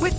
With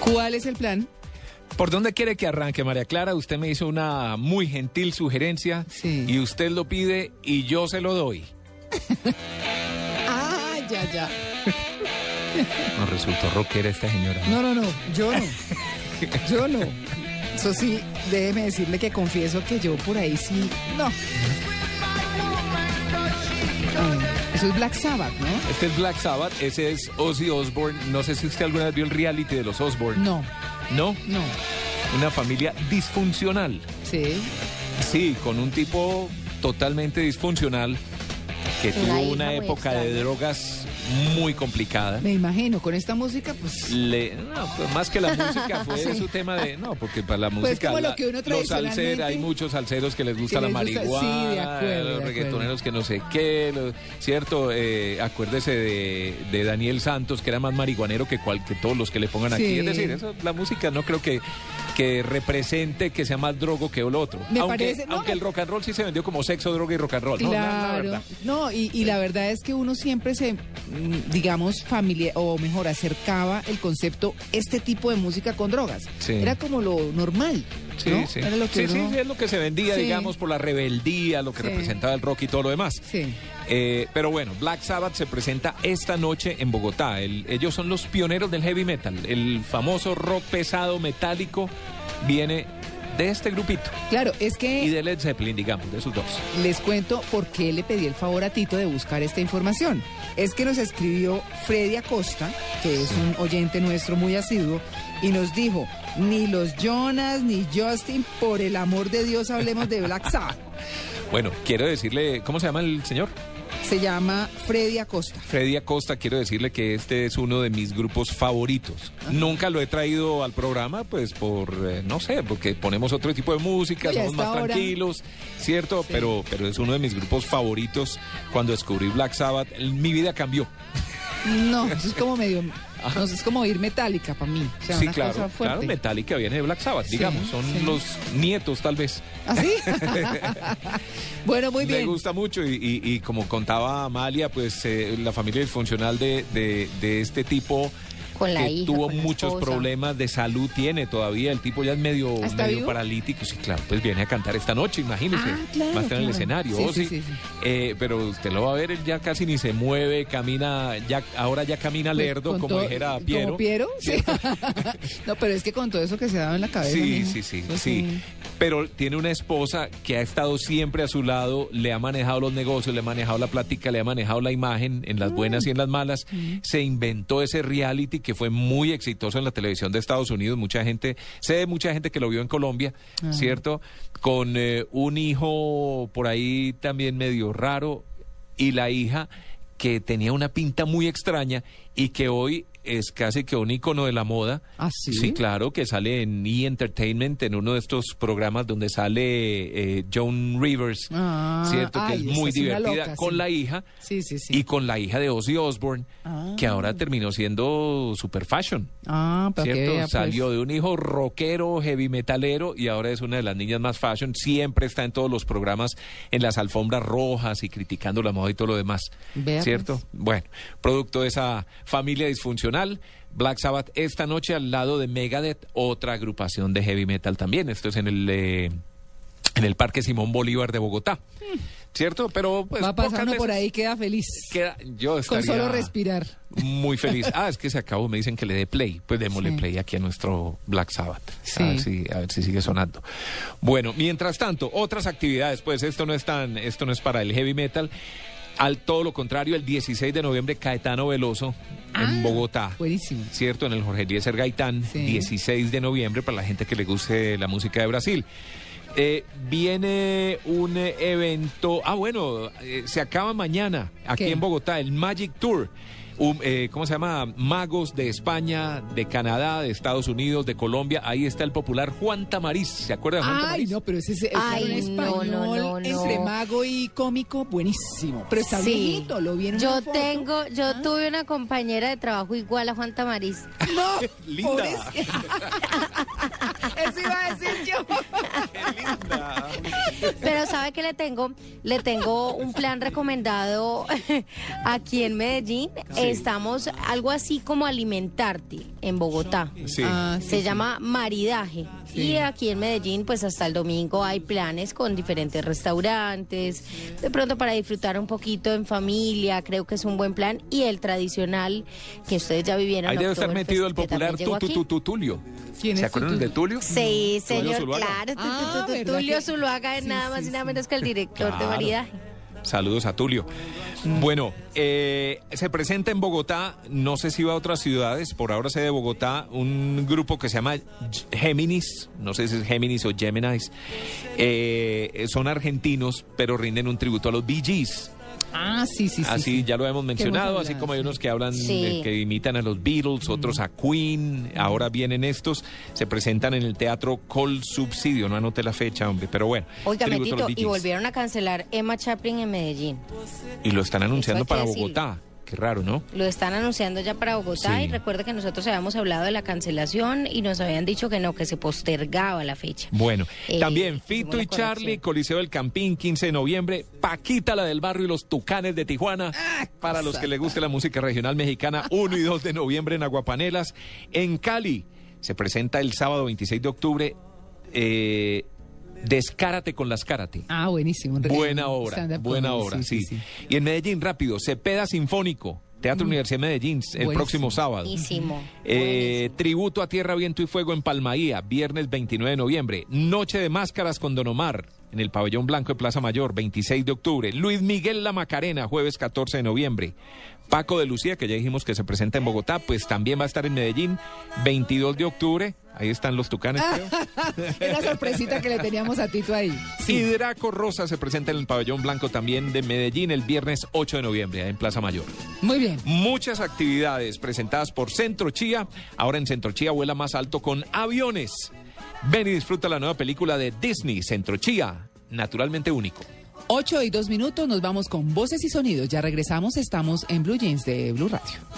¿Cuál es el plan? ¿Por dónde quiere que arranque, María Clara? Usted me hizo una muy gentil sugerencia Sí. y usted lo pide y yo se lo doy. Ah, ya, ya. No resultó rockera esta señora. No, no, no, yo no. Yo no. Eso sí, déjeme decirle que confieso que yo por ahí sí. No. Ah, Eso es Black Sabbath, ¿no? Este es Black Sabbath, ese es Ozzy Osbourne. No sé si usted alguna vez vio el reality de los Osbourne. No, ¿No? no. Una familia disfuncional. Sí. Sí, con un tipo totalmente disfuncional que tuvo una época de drogas muy complicada. Me imagino, con esta música, pues. Le- no, pues más que la música fue su tema de no porque para la Pues música como lo la- que uno los tradicionalmente- salseros hay muchos salseros que les gusta Que la les gusta- sí, de marihuana acuerdo, de los acuerdo. reggaetoneros que no sé qué lo- cierto Eh, acuérdese de, de Daniel Santos que era más marihuanero que cual que todos los que le pongan aquí Sí. es decir eso, la música no creo que que represente que sea más drogo que el otro Me aunque, parece- no, aunque me- el rock and roll sí se vendió como sexo droga y rock and roll ¿no? La- la Claro. verdad. No, y, y la verdad es que uno siempre se, mm, digamos, familia, o mejor, acercaba el concepto, este tipo de música con drogas. Sí. Era como lo normal. Sí, ¿no? sí. Era lo que Sí, uno- sí, es lo que se vendía, Sí. digamos, por la rebeldía, lo que Sí. representaba el rock y todo lo demás. Sí. Eh, pero bueno, Black Sabbath se presenta esta noche en Bogotá. El- ellos son los pioneros del heavy metal. El famoso rock pesado metálico viene de este grupito Claro, es que. y de Led Zeppelin, digamos, de esos dos. Les cuento por qué le pedí el favor a Tito de buscar esta información. Es que nos escribió Freddy Acosta, que es un oyente nuestro muy asiduo, y nos dijo, ni los Jonas ni Justin, por el amor de Dios hablemos de Black Sabbath. Bueno, quiero decirle, ¿cómo se llama el señor? Se llama Freddy Acosta. Freddy Acosta, quiero decirle que este es uno de mis grupos favoritos. Nunca lo he traído al programa, pues por, eh, no sé, porque ponemos otro tipo de música, Uy, a somos más esta hora. tranquilos, ¿cierto? Sí. Pero, pero es uno de mis grupos favoritos. Cuando descubrí Black Sabbath, el- mi vida cambió. No, eso es como medio... No, eso es como ir metálica para mí. O sea, sí, una cosa claro, fuerte. claro, Metallica viene de Black Sabbath, Sí, digamos, son sí. los nietos tal vez. ¿Ah, sí? bueno, muy Me bien. gusta mucho y, y- y como contaba Amalia, pues eh, la familia disfuncional de, de, de este tipo Con la que hija, tuvo con la muchos esposa. problemas de salud tiene todavía, el tipo ya es medio, ¿Ah, está medio vivo? paralítico, sí, claro, pues viene a cantar esta noche, imagínese, Ah, claro, va a estar en el claro. escenario, Sí, oh, sí, sí. sí, sí. Eh, pero usted lo va a ver, él ya casi ni se mueve, camina, ya ahora ya camina lerdo, Pues, Con como todo- dijera Piero. ¿Como Piero? Sí. no, pero es que con todo eso que se ha dado en la cabeza. Sí, mijo, sí, sí, eso sí. Pero tiene una esposa que ha estado siempre a su lado, le ha manejado los negocios, le ha manejado la plática, le ha manejado la imagen en las Mm. buenas y en las malas. Se inventó ese reality que fue muy exitoso en la televisión de Estados Unidos. Mucha gente, sé de mucha gente que lo vio en Colombia, ¿cierto? Con eh, un hijo por ahí también medio raro y la hija que tenía una pinta muy extraña y que hoy es casi que un icono de la moda. ¿Ah, sí? Sí, claro, que sale en E! Entertainment, en uno de estos programas donde sale eh, Joan Rivers, Ah, ¿cierto? Que ay, es esa muy es una divertida, loca, con sí. la hija Sí, sí, sí. y con la hija de Ozzy Osbourne, Ah. que ahora terminó siendo super fashion. Ah, para que ¿Cierto? vea, pues. Salió de un hijo rockero, heavy metalero y ahora es una de las niñas más fashion. Siempre está en todos los programas, en las alfombras rojas y criticando la moda y todo lo demás. Vea, ¿Cierto? Bueno, producto de esa familia disfuncional, Black Sabbath esta noche al lado de Megadeth, otra agrupación de heavy metal también. Esto es en el. eh, en el Parque Simón Bolívar de Bogotá, ¿cierto? Pero pues Hmm. Va pocas pasando por veces ahí, queda feliz. queda- yo con estaría solo respirar. muy feliz. Ah, es que se acabó, me dicen que le dé play. Pues démosle Sí. play aquí a nuestro Black Sabbath. Sí. A, ver si, a ver si sigue sonando. Bueno, mientras tanto, otras actividades, pues esto no es tan, esto no es para el heavy metal. Al todo lo contrario, el 16 de noviembre, Caetano Veloso Ah, en Bogotá. Buenísimo. ¿cierto? En el Jorge Eliezer Gaitán, Sí. 16 de noviembre, para la gente que le guste la música de Brasil. Eh, viene un eh, evento, ah bueno, eh, se acaba mañana aquí ¿Qué? en Bogotá, el Magic Tour. um, eh, ¿cómo se llama? Magos de España, de Canadá, de Estados Unidos, de Colombia. Ahí está el popular Juan Tamariz. ¿Se acuerda de Juan Ay, Tamariz? no, pero ese es, ese Ay, era un no, español no, no, no. entre mago y cómico, buenísimo. Pero está viejito, lo vi en una Yo foto. Ah. tengo, yo tuve una compañera de trabajo igual a Juan Tamariz. No, Linda. pobrecito. Eso iba a decir yo. Pero sabe que le tengo, le tengo un plan recomendado aquí en Medellín. Estamos algo así como alimentarte en Bogotá. Ah, Sí. Ah, Se llama maridaje. Y aquí en Medellín, pues hasta el domingo hay planes con diferentes restaurantes, de pronto para disfrutar un poquito en familia, creo que es un buen plan. Y el tradicional, que ustedes ya vivieron. Ahí debe estar Oktoberfest, metido el pues, que popular también llegó tu, tu, aquí. tu, tu, Tulio. ¿Quién ¿Se es acuerdan de Tulio? Tulio? Sí, Mm. Tulio señor, Zuluaga. claro. tu- tu- Ah, tu- tu- ¿verdad Tulio que- Zuluaga es Sí, nada sí, más y nada sí. menos que el director de Claro. maridaje. Saludos a Tulio. Bueno, eh, se presenta en Bogotá, no sé si va a otras ciudades, por ahora sé de Bogotá, un grupo que se llama G- Géminis, no sé si es Géminis o Geminis, Eh, eh, son argentinos, pero rinden un tributo a los Bee Gees. Ah, sí, sí, sí. así sí. ya lo hemos mencionado, hablado, así como hay unos que hablan, Sí. eh, que imitan a los Beatles, otros a Queen, ahora vienen estos, se presentan en el teatro Col Subsidio, no anoté la fecha, hombre, pero bueno. Oiga, tributo a los Metito, Bee y Gees. volvieron a cancelar Emma Chaplin en Medellín. Y lo están anunciando hay que para decirlo. Bogotá, qué raro, ¿no? Lo están anunciando ya para Bogotá Sí. y recuerda que nosotros habíamos hablado de la cancelación y nos habían dicho que no, que se postergaba la fecha. Bueno, Eh, también hicimos Fito la y Charlie, corrección. Coliseo del Campín, 15 de noviembre, Paquita la del Barrio y los Tucanes de Tijuana, Ah, para los que les guste la música regional mexicana, 1 y 2 de noviembre en Aguapanelas. En Cali se presenta el sábado 26 de octubre, eh, Descárate con las Cárate. Ah, buenísimo. un re- Buena obra, stand-up buena comedy, obra, sí, Mm. Y en Medellín, rápido, Cepeda Sinfónico, Teatro Universidad de Medellín, el Buenísimo. próximo sábado. Buenísimo. Eh, tributo a Tierra, Viento y Fuego en Palmaía, viernes 29 de noviembre. Noche de máscaras con Don Omar en el Pabellón Blanco de Plaza Mayor, 26 de octubre. Luis Miguel La Macarena, jueves 14 de noviembre. Paco de Lucía, que ya dijimos que se presenta en Bogotá, pues también va a estar en Medellín, 22 de octubre. Ahí están los tucanes, creo. Es la sorpresita que le teníamos a Tito ahí. Y Draco Rosa se presenta en el Pabellón Blanco también de Medellín el viernes 8 de noviembre en Plaza Mayor. Muy bien. Muchas actividades presentadas por Centro Chía. Ahora en Centro Chía vuela más alto con aviones. Ven y disfruta la nueva película de Disney, Centro Chía, naturalmente único. 8 y 2 minutos, nos vamos con voces y sonidos. Ya regresamos, estamos en Blue Jeans de Blue Radio.